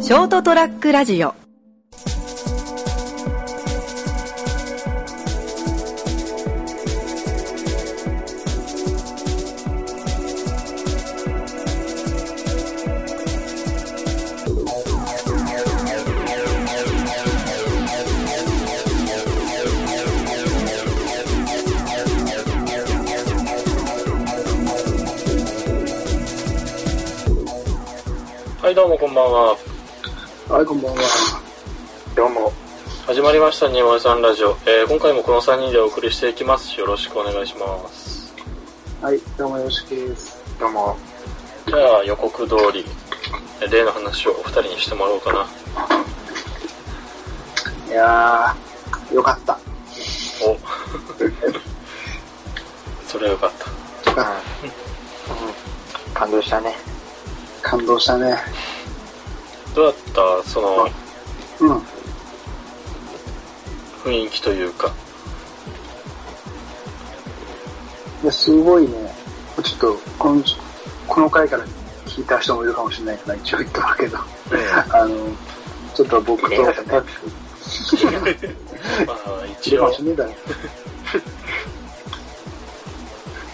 ショートトラックラジオはい、どうもこんばんは。はい、こんばんは。どうも、始まりました、にわさんラジオ。えー今回もこの3人でお送りしていきます。よろしくお願いします。はい、どうもよろしくです。どうも、じゃあ、予告通り、えー例の話をお二人にしてもらおうかな。いやー、よかった。お それはよかった。よかっ感動したね。た。感動したね。どうだったそのうん。雰囲気というか。いや、すごいね。ちょっと、この、この回から聞いた人もいるかもしれないから、一応言っとくけど、あの、ちょっと僕と、いいですねタッまあ、チい一るかも応し、れないだろう。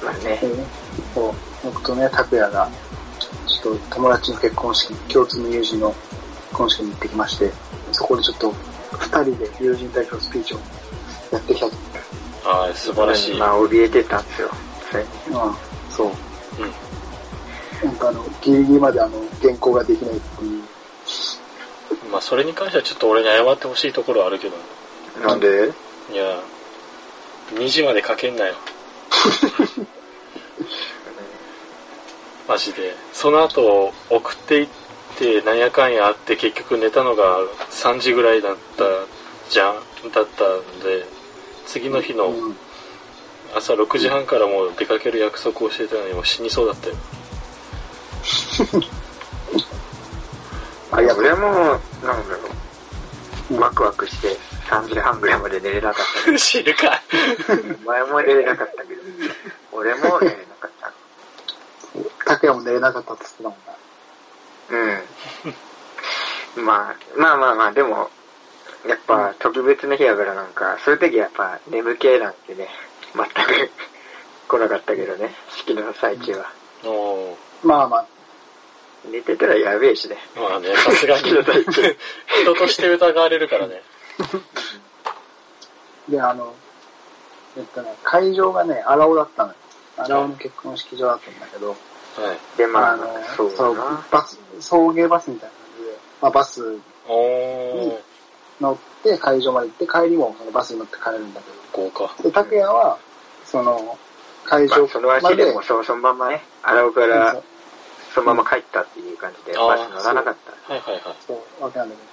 まあね、でねそう僕とね、拓也が、ちょっと友達の結婚式、共通の友人の結婚式に行ってきまして、そこでちょっと、二人で友人代表スピーチをやってきたと。あー素晴らしい。まあ、怯えてたんですよ。それうん、そう。うんなんかあの、ギリギリまであの、原稿ができないっていう。まあ、それに関してはちょっと俺に謝ってほしいところはあるけど。なんでいや、2時までかけんなよ。マジで。その後、送っていって、なんやかんやあって、結局寝たのが3時ぐらいだったじゃん、だったんで、次の日のうん朝6時半からもう出かける約束をしてたのに、もう死にそうだったよ。あ、いや、俺も、なんだろう、うんワクワクして、3時半ぐらいまで寝れなかっ死ぬか。た。 お前も寝れなかったけど、俺も寝れなかった。拓也も寝れなかったって言ってたもんな。うん。まあ、まあまあまあ、でも、やっぱ特別な日やからなんか、そういう時やっぱ眠気なんてね、全く 来なかったけどね、式の最中は。おーまあまあ、寝てたらやべえしね。まあね、さすがに。式の最中。人として疑われるからね。で、あの、えっとね、会場がね、荒尾だったのよ。荒尾の結婚式場だったんだけど、はい。で、まあ、の、そうだな。バス、送迎バスみたいな感じで、まあバスおー、乗って会場まで行って、帰りもそのバスに乗って帰るんだけ豪華。ど、で、拓也は、その、会ま場あ、その足でもそう、そのままね、洗うかまでら、そのまま帰ったっていう感じで、あーバス乗らなかった。はいはいはい。そう、わけなんだけど。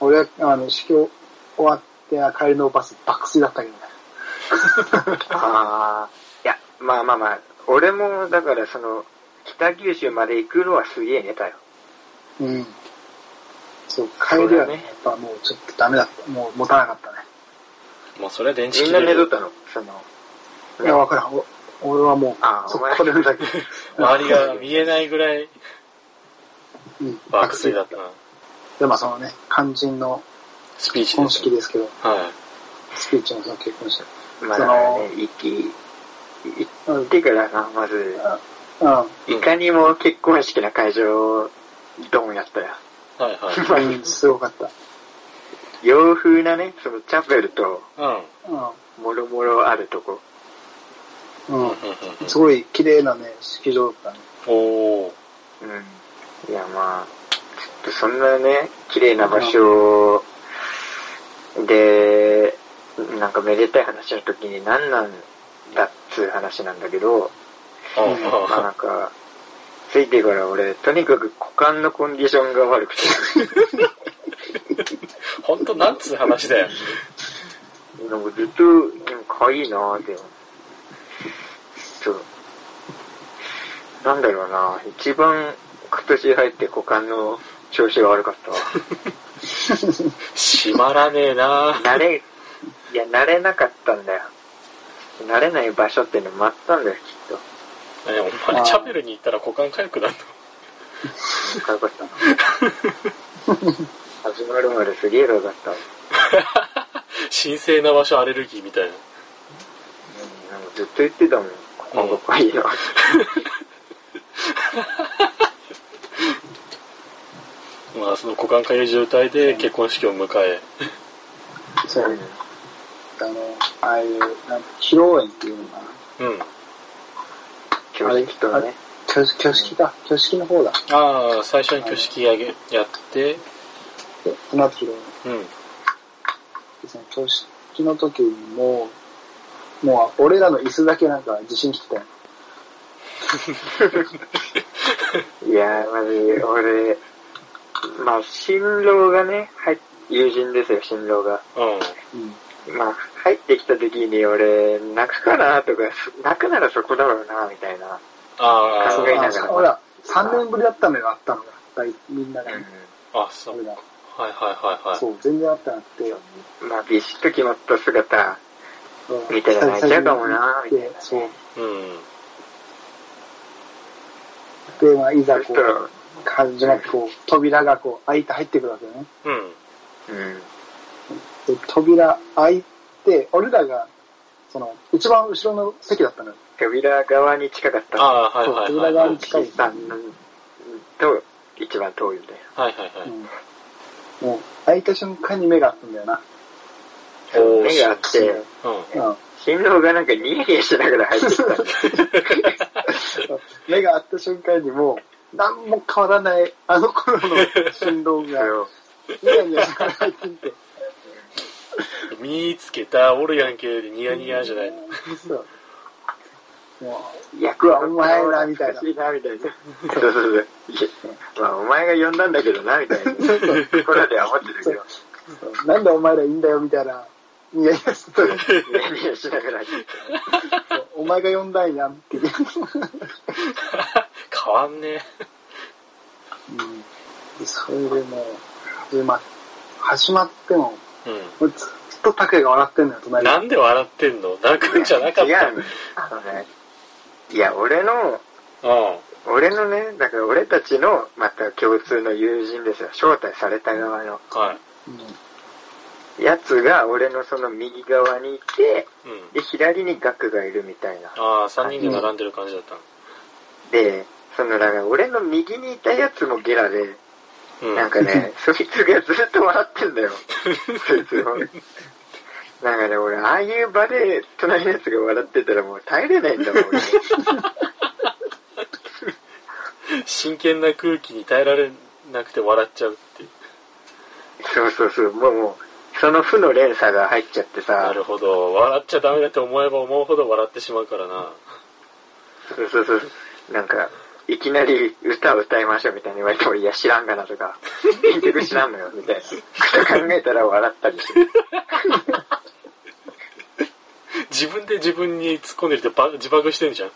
俺は、あの、試験終わって、あ帰りのバス爆睡だったけどね。ああ、いや、まあまあまあ、俺も、だからその、北九州まで行くのはすげえ寝たよ。うん。そう、帰りはそうだね、ねやっぱもうちょっとダメだった。もう持たなかったね。まあ、それは電池み切んなれ寝とっる。たのその、いや、わからん。お俺はもあう、ーそお前こで見たけど。周りが見えないぐらいうん。爆睡だったな。で、まあそのね、肝心のスピーチ結婚式でですけど、す。はスピーチのその結婚式。まあだからね、行き、行うん。うんっ。てからな、まず、いかにも結婚式な会場を、ドンやったよ。い。はいはい。まあうんすごかった。洋風なね、そのチャペルと、ううもろもろあるとこ。ん。ん。ううんうんうんうんん。すごい綺麗なね、式場だったね。 おー。うん。いや、まあ、ちょっとそんなね、綺麗な場所で、なんかめでたい話の時に何なんだっつう話なんだけど、うんうんまあなんか、ついてから俺、とにかく股間のコンディションが悪くて、ほんと、なんつう話だよ。なんかずっと、なんか可愛いなぁって思う。ちょっと、なんだろうなぁ、一番今年入って股間の調子が悪かったわ。閉まらねえな慣れ、いや、慣れなかったんだよ。慣れない場所っていうのもあったんだよ、きっえ、お前、チャペルに行ったら股間痒くなると。かっこよかったな。始まるまですげえ楽だった。うん、 神聖な場所アレルギーみたいな。なんかずっと言ってたもん。ここどこいいな。まあ、その股間かゆい状態で結婚式を迎え、そうやね。あの、ああいう、なんか披露宴っていうのかな。うん。教室とね。挙挙式だ。挙式の方だ。ああ、最初に挙式やげやって、でその後披露う宴ん。ですね。挙式の時にもう、もう俺らの椅子だけなんか地震来てたよ。いやー、マジ、俺、まあ、新郎がね、はい、友人ですよ、新郎が。うん。うん。まあ、入ってきた時に俺、泣くかなとか、そ泣くならそこだろうな、みたいな。あ考えながらあほら、3年ぶりだったのよ、あったのが。大みんなが、あ、あ、そう。は俺いら。はいはいはい。そう、全然あったなって。まあ、ビシッと決まった姿、うん見てない嫌かもなみたいなそう。うん。で、まあ、いざそこしうた、ら、始まって、こう、扉がこう、開いて入ってくるわけよね。うん。うん。で、扉開いて、俺らが、その、一番後ろの席だったのよ。扉側に近かった。ああ、はいはいそうはい。扉は側いに近いさんと一番遠いみたいはいはうい。んもう、開いた瞬間に目が合ったんだよな。な。おー目があっそうて、うん。うん。新郎がなんかニヤニヤしながら入ってきたんだ よ。目が合った瞬間にもう、何も変わらない、あの頃の振動が、ニヤニヤしながら入ってきて。見つけた、おるやんけ、でニヤニヤじゃないの。 そう。も役はお前らみたいなしいな、みたいな。そうそうそう。まあ、お前が呼んだんだけどな、みたいな。ところでは思ってるけど、 うそう、なんでお前らいいんだよ、みたいな、ニヤニヤしてたよニヤニヤしながら。そうお前が呼んだんやんっていう。変わんねうんでそれでもう、始ま始まっても、え。ずっと拓也が笑ってんのよ、うん。隣で。なんで笑ってんの泣くんじゃなかっ違た。うのあのね、いや、俺の、うん。俺のね、だから俺たちの、また共通の友人ですよ。招待された側のはい。やつが、俺のその右側にいて、うん。で、左にガクがいるみたいな。ああ、三人で並んでる感じだったの。で、その、だから俺の右にいたやつもゲラで、うん。なんかね、 そいつがずっと笑ってんだよ。そいつも。なんかね、俺、ああいう場で隣のやつが笑ってたらもう耐えれないん だもん、俺。真剣な空気に耐えられなくて笑っちゃうっていう。そうそうそう、もうもう、その負の連鎖が入っちゃってなさ、るほど。笑っちゃダメだって思えば思うほど笑ってしまうからな。そうそうそう、 なんか、いきなり歌を歌いましょうみたいに言われても、いや、知らんがなとか、結局知らんのよ、みたいな。考えたら笑ったりして。自分で自分に突っ込んでるってば自爆してんじゃん。ちょ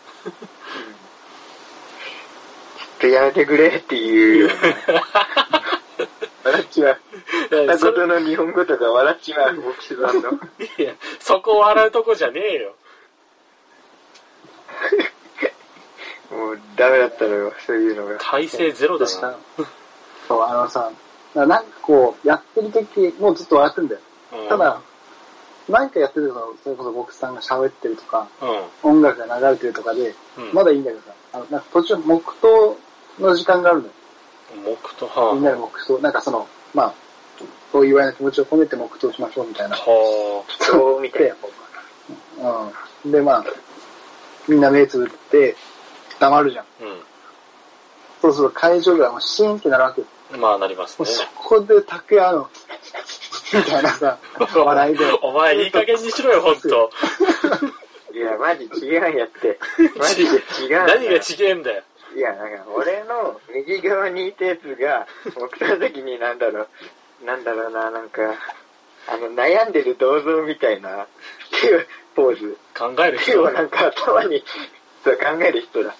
っとやめてくれっていうような。笑っちまう。片そ言の日本語とか笑っちまう、僕知らんの。いや、そこ笑うとこじゃねえよ。もうダメだったのよ、そういうのが。体勢ゼロだしたな。そう、あのさ、なんかこう、やってる時もずっと笑ってんだよ。うんた、だ、なんかやってると、それこそ僕さんが喋ってるとか、う音楽が流れてるとかで、ん。うん、まだいいんだけどさ、あの、なんか途中、黙祷の時間があるのよ。黙と、みんはなで黙祷、なんかその、まあ、お祝いの気持ちを込めて黙祷しましょうみたいあ、な。はそうみたいな方かうん。で、まあ、みんな目つぶって、黙るじゃん。あ、うそうすると会場がもうシーンってなるわけよ。ん。まあ、なりますもうね。そこで拓也の、みたいな さ、笑いで。お前、いい加減にしろよ、ほんと。な。いや、マジ 違うんやって。マジで違うんだよ。何が違えんだよ。いや、なんか俺の右側にいたやつが、僕の時になんだろう、なんだろうな、なんか、あの、悩んでる銅像みたいな、手をポーズ。考える手人をなんか頭に、そう考える人だ。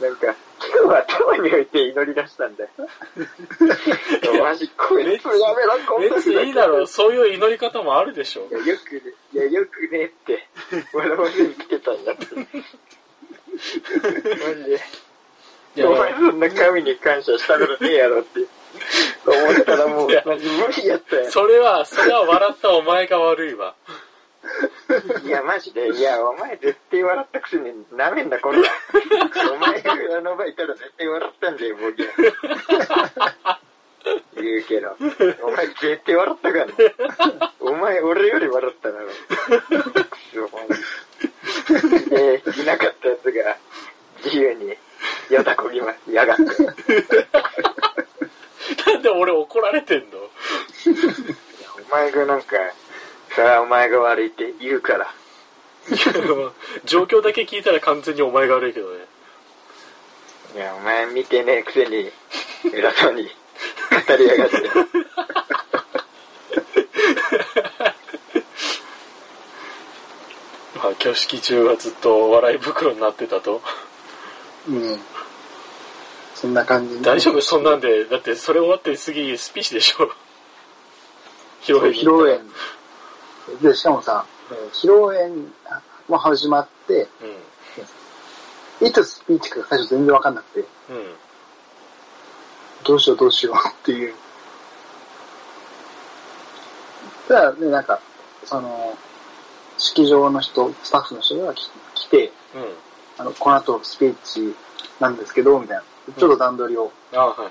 なんか、手を頭に置いて祈り出したんだよ。マジ、こいつやめろ、こんな別にいいだろ う。そういう祈り方もあるでしょい。や、よくね、いや、よくねって、笑わずに来てたん だって。マジで。いや、お前そんな神に感謝したことねえやろって。と思ったらもう、いやマジ無理やったよ。それは、それは笑ったお前が悪いわ。いや、マジで、いや、お前絶対笑ったくせに、なめんな、こんな。お前があの場いたら絶対笑ったんだよ、ボギー。言うけど。お前絶対笑ったからね。お前、俺より笑っただろ。くそお前で、いなかったやつが、自由に、やだこぎま、やがって。なんで俺怒られてんのお前がなんか、それはお前が悪いって言うから。いや状況だけ聞いたら完全にお前が悪いけどね。いや、お前見てねえくせに、偉そうに語りやがって。まあ、挙式中はずっと笑い袋になってたと。うん。そんな感じ大丈夫そんなんで、だってそれ終わって次スピーチでしょ。披露そう宴。披露宴。で、しかもさ、えー披露宴も始まって、いつスピーチか最初全然わかんなくて、うん。うん。どうしようどうしようっていう。ただね、なんか、その、式場の人、スタッフの人がき来て、うん。あの、この後スピーチなんですけど、みたいな。ちょっと段取りを。ああ、はいはい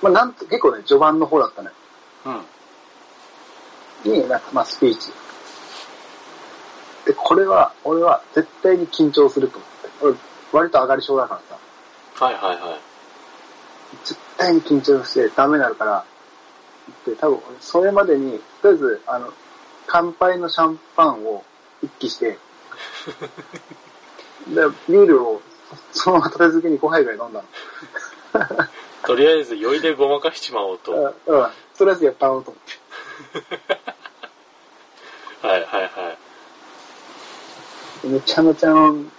まあ、なんと、結構ね、序盤の方だったね。はい。うん。に、なんか、まあ、スピーチ。で、これは、俺は絶対に緊張すると思って。俺、割と上がり症だからさ、はいはいはい。絶対に緊張してダメになるから、で、多分、それまでに、とりあえず、あの、乾杯のシャンパンを一気 して、で、ビールを、そのまま立て続けに5杯ぐらい飲んだの。とりあえず酔いでごまかしちまおうと。はいうん、うんとりあえずやったろうと思って。はいはい。めちゃめちゃ飲ん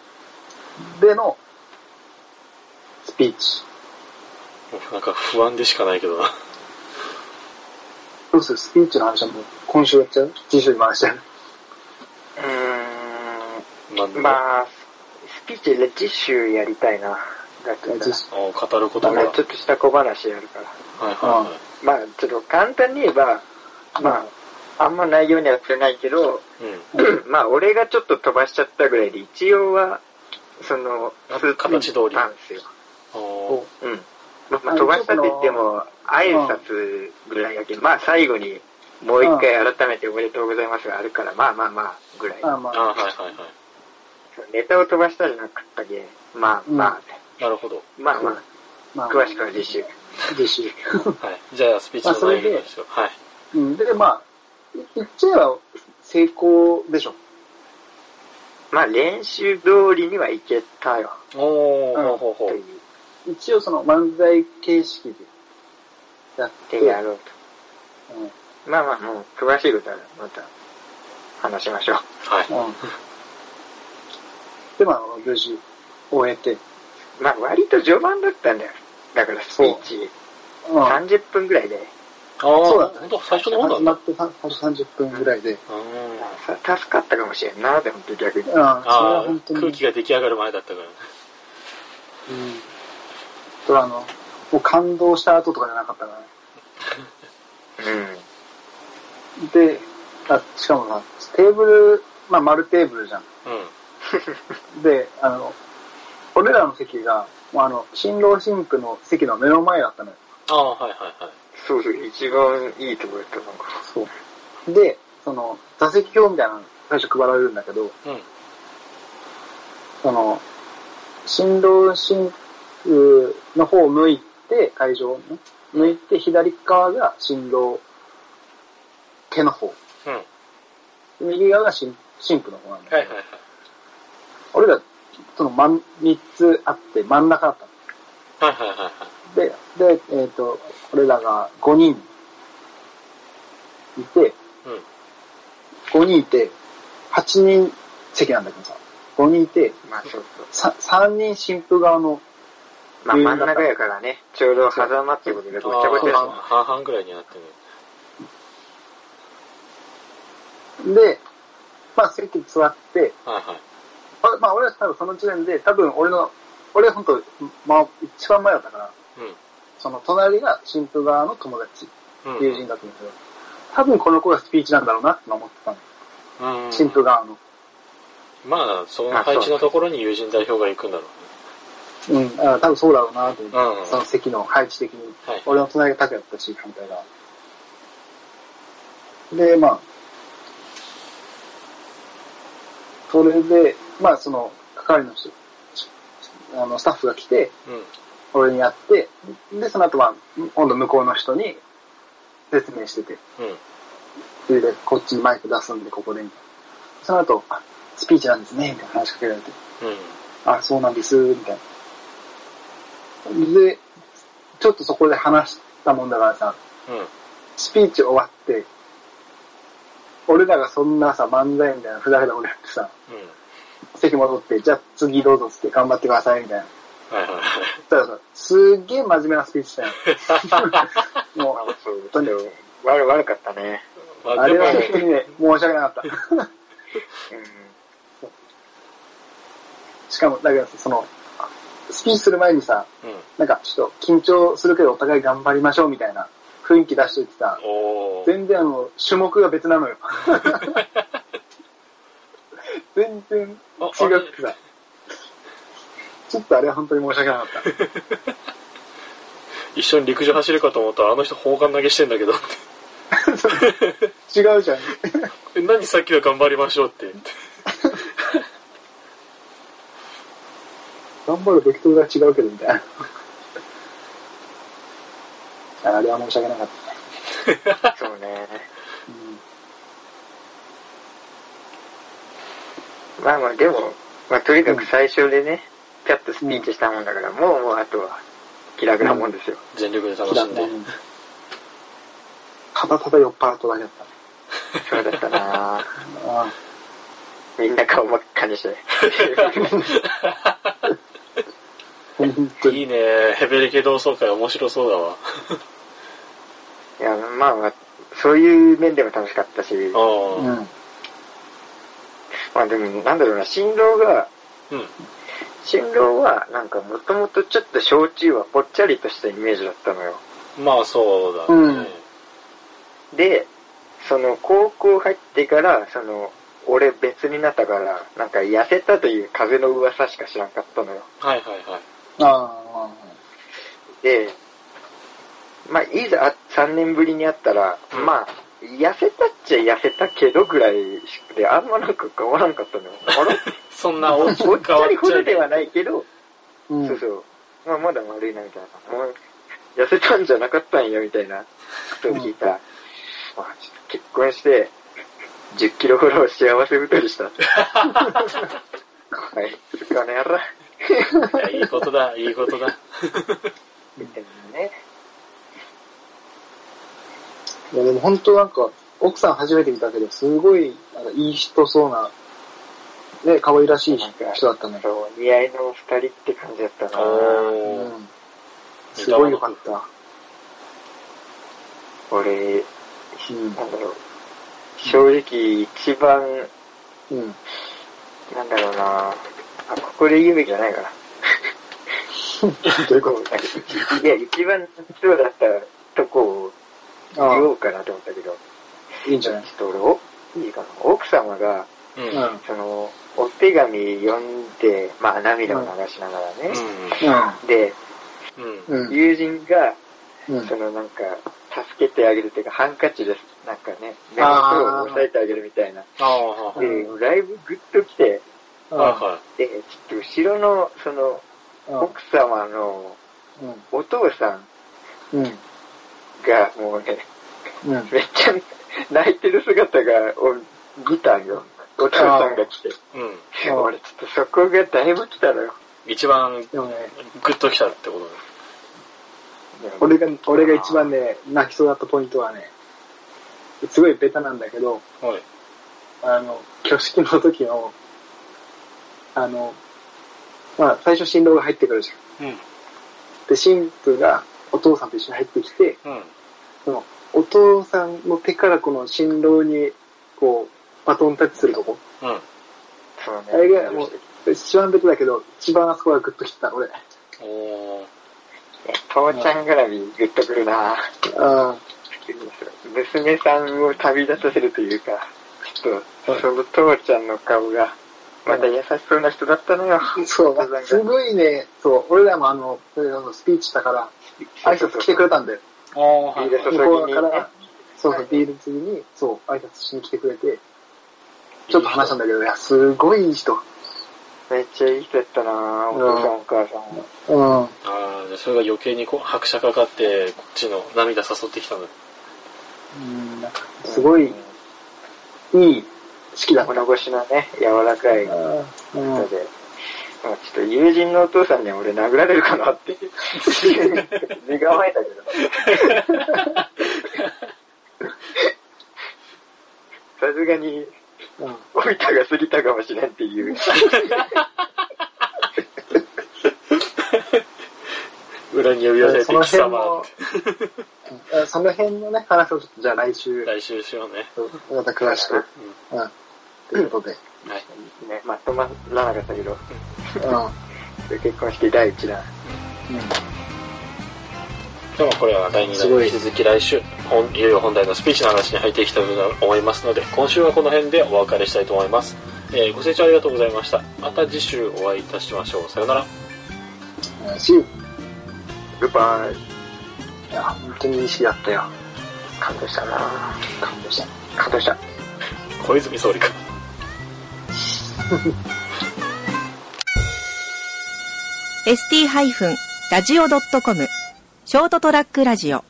での、スピーチ。もうなんか不安でしかないけどな。どうするスピーチの話はもう今週やっちゃう次週に回しちゃううーなんでん、も、まあ、スピーチで次週やりたいな。だけど、お語ることまが。はいあちょっとした小話やるから。はいはまあ、ちょっと簡単に言えば、まあ、あんま内容には触れないけい。ど、うん。まあ、俺がちょっと飛ばしちゃったぐらいで、一応は、その、あスーツ形通りなんですよ。おーうん。まあ、飛ばしたって言っても、挨拶ぐらいだけど、まあ、最後に、もう一回改めておめでとうございますがあるから、まあまあまあ、ぐらい。ああまああ、はいはいはネタを飛ばしたりなかったけ、まあまい。なるほど。あ、まあままあ、あ、詳しくは実習。次週。はい。じゃあ、スピーチの内容ですよ。はい。うん、で、まあ、い言っちゃえば成功でしょ。まあ、練習通りにはいけたよ、おー、ほうんうほうほというう。、一応その漫才形式でやって、でやろううん、と。まあまあ、もう、詳しいことはまた、話しましょう。はい。うん。で、まあ、無事終えて、まあ、割と序盤だったんだよ。だから、スピーチ、うん、 30分ぐらいで、ああ、そうだね本当最初の方始なまんだ。ってさ最初30分ぐらいで、うん、うんさ助かったかもしれんな、でも逆に。それはあ本当あ、に。空気が出来上がる前だったからね。うん。と、あの、もう感動した後とかじゃなかったからね。うん。で、あ、しかもさ、テーブル、まあ、丸テーブルじゃん。うん。で、あの、俺らの席が、もうあの、新郎新婦の席の目の前だったのよ。ああ、はいはいはい。そうそう、一番いいところだったのか。そう。で、その、座席表みたいなの最初配られるんだけど、うん。その、新郎新婦の方を向いて、会場をね、向いて左側が新郎家の方。うん。はい右側が新新婦の方なんだけどはいはい。俺ら、その真ん、三つあって真ん中だったの。はいはいはいはい。で、で、えっ、と、俺らが5人いて、うん。 5人いて、8人席なんだけどさ、5人いて、まあ、そうそう。さ3人新婦側の、まあ、真ん中やからね、ちょうど狭間ってことで、あごちゃごちゃあや半々ぐらいになってる。で、まあ席座って、はいはい。あまあ俺は多分その時点で、多分俺の、俺は本当、まあ一番前だったから、うん。その隣が新婦側の友達、うん友人だと思うんですけど、多分この子がスピーチなんだろうなって思ってたの。うん新婦側の。まあ、その配置のところに友人代表が行くんだろうん、あ多分そうだろうなと思って、うんうんその席の配置的に。うね。はい。俺の隣が拓也だったし、反対側。で、まあ、それで、まあ、その、係の人、あの、スタッフが来て、うん。俺にやって、で、その後は、今度向こうの人に説明してて、うん。それで、こっちにマイク出すんで、ここで、みたいな。その後、あ、スピーチなんですね、みたいな話しかけられて、うん。あ、そうなんです、みたいな。で、ちょっとそこで話したもんだからさ、うん。スピーチ終わって、俺らがそんなさ、漫才みたいな、ふざけたことやってさ、うん。席戻って、じゃあ次どうぞっつって頑張ってください、みたいな。はいはいはい。そしたらさ、すっげえ真面目なスピーチしたよ。もあう、そうですけど悪悪かったね。まああ、でれもは、本当にね、申し訳なかった。うん。しかも、だけどさその、スピーチする前にさ、うん。なんかちょっと緊張するけどお互い頑張りましょうみたいな雰囲気出しといてさ、おー。全然あの、種目が別なのよ。全然違っあてさ。ちょっとあれは本当に申し訳なかった。一緒に陸上走るかと思ったら、あの人砲丸投げしてんだけど。違うじゃん。え何さっきは頑張りましょうって言って。頑張るベクトルが違うけどみたいな。あれは申し訳なかったね。そうね。まあまあでも、まあとにかく最初でね、ピャッとスピーチしたもんだから、もうもうあとは気楽なもんですよ。全力で楽嫌しいんなで。のにただただ酔っ払っただけだった。そうだったなぁあみんな顔真っ赤にして。 あ本当に。いいねヘベレケ同窓会面白そうだわ。いや、まあまあ、そういう面でも楽しかったし、うあん。まあでもなんだろうな、新郎が、ー。うん。新郎はなんかもともとちょっと焼酎はぽっちゃりとしたイメージだったのよ。まあそうだね。で、その高校入ってから、その、俺別になったから、なんか痩せたという風の噂しか知らんかったのよ。はいはいはい。ああ、で、まあ、いざあ3年ぶりに会ったら、うんまあ、痩せたっちゃ痩せたけどぐらいで、あんまなんか変わらんかったのよ。あれそんな大きくぽっち変わゃっりほちゃどいけでないはないけど、うん。そうそう。まあ、まだ悪いな、みたいな。もう、痩せたんじゃなかったんや、みたいなことを聞いたら、まあちょっと結婚して、10キロほど幸せ太 りした。はい。この野郎。いやいいことだ、いいことだ。みたいなね。いやでも本当なんか、奥さん初めて見たけど、すごい、なんかいい人そうな、ね、可愛らしい人だったね。そう、似合いの二人って感じだったな。うおー。ん。すごい良かった。俺、うん。なんだろう。正直、一番、うん。なんだろうなあ、ここで言うべきじゃないかな。どういうこうなんかいや、一番そうだったとこをあ言あお、うかなと思ったけど、いいんちじょゃなっいと俺お、いいかな。奥様が、うん。う。うん。うんん。その、お手紙読んで、まあ涙を流しながらね。で、うん。うん。友人が、うんそ。のなんか、助けてあげるっていうか、ハンカチです。なんかね、目元を押さえてあげるみたいな。ああ、はで、ライブグッと来て、いはで、ちょっと後ろの、その、奥様のうん。お父さんうん。が、もうね、 うん。めっちゃ泣いてる姿が、お見たんよ。お父さんが来て。い。うん。あ俺、ちょっとそこがだいぶ来たのよ。一番でもね、グッときたってことだね。俺が、俺が一番ね、泣きそうだったポイントはね、すごいベタなんだけど、はい。あの、挙式の時の、あの、まあ、最初新郎が入ってくるじゃん。うん。で、新婦がお父さんと一緒に入ってきて、うん。その、お父さんの手からこの新郎に、こう、バトンタッチするとこ。うん。そうね。あれがもう一番別だけど、一番あそこがグッときた、俺。おー。え父ちゃん絡み、グッとくるなあ娘さんを旅立たせるというか、ちょっと、その父ちゃんの顔が、また優しそうな人だったのよ。あ、そう父さんが、すごいね、そう、俺らもあの、それらのスピーチしたから、挨拶来てくれたんだよ。ああ、はビいー向ル注ぎこうにかね、ら、そうそう、ビール次に、そう、挨拶しに来てくれて、ちょっと話したんだけど、いや、すごいいい人。めっちゃいい人やったなお父さんお母さんも。うん。ああ、それが余計にこう拍車かかって、こっちの涙誘ってきたんだ。うん、なんか、すごい、いい式だった。物腰のね、柔らかい人で、うん。まあちょっと友人のお父さんには俺殴られるかなって、身構えたけど。さすがに、うん老いたが過ぎたかもしれんっていう。裏に呼び寄せてその貴辺様も、うんその辺のね、話をちょっとじゃあ来週、来週しようね。また詳しく、うん、ということで、はい。ね、まとまらなかったけど、うん、結婚式第一弾。でもこれは第2す弾ごのい引き続き来週本、いよいよ本題のスピーチの話に入っていきたいと思いますので、今週はこの辺でお別れしたいと思います。えーご清聴ありがとうございました。また次週お会いいたしましょう。さよなら。うん、シーグッバイ。いや、本当にいい式だったよ。感動したな感動した。感動した。小泉総理か。 ST-radio.com ショートトラックラジオ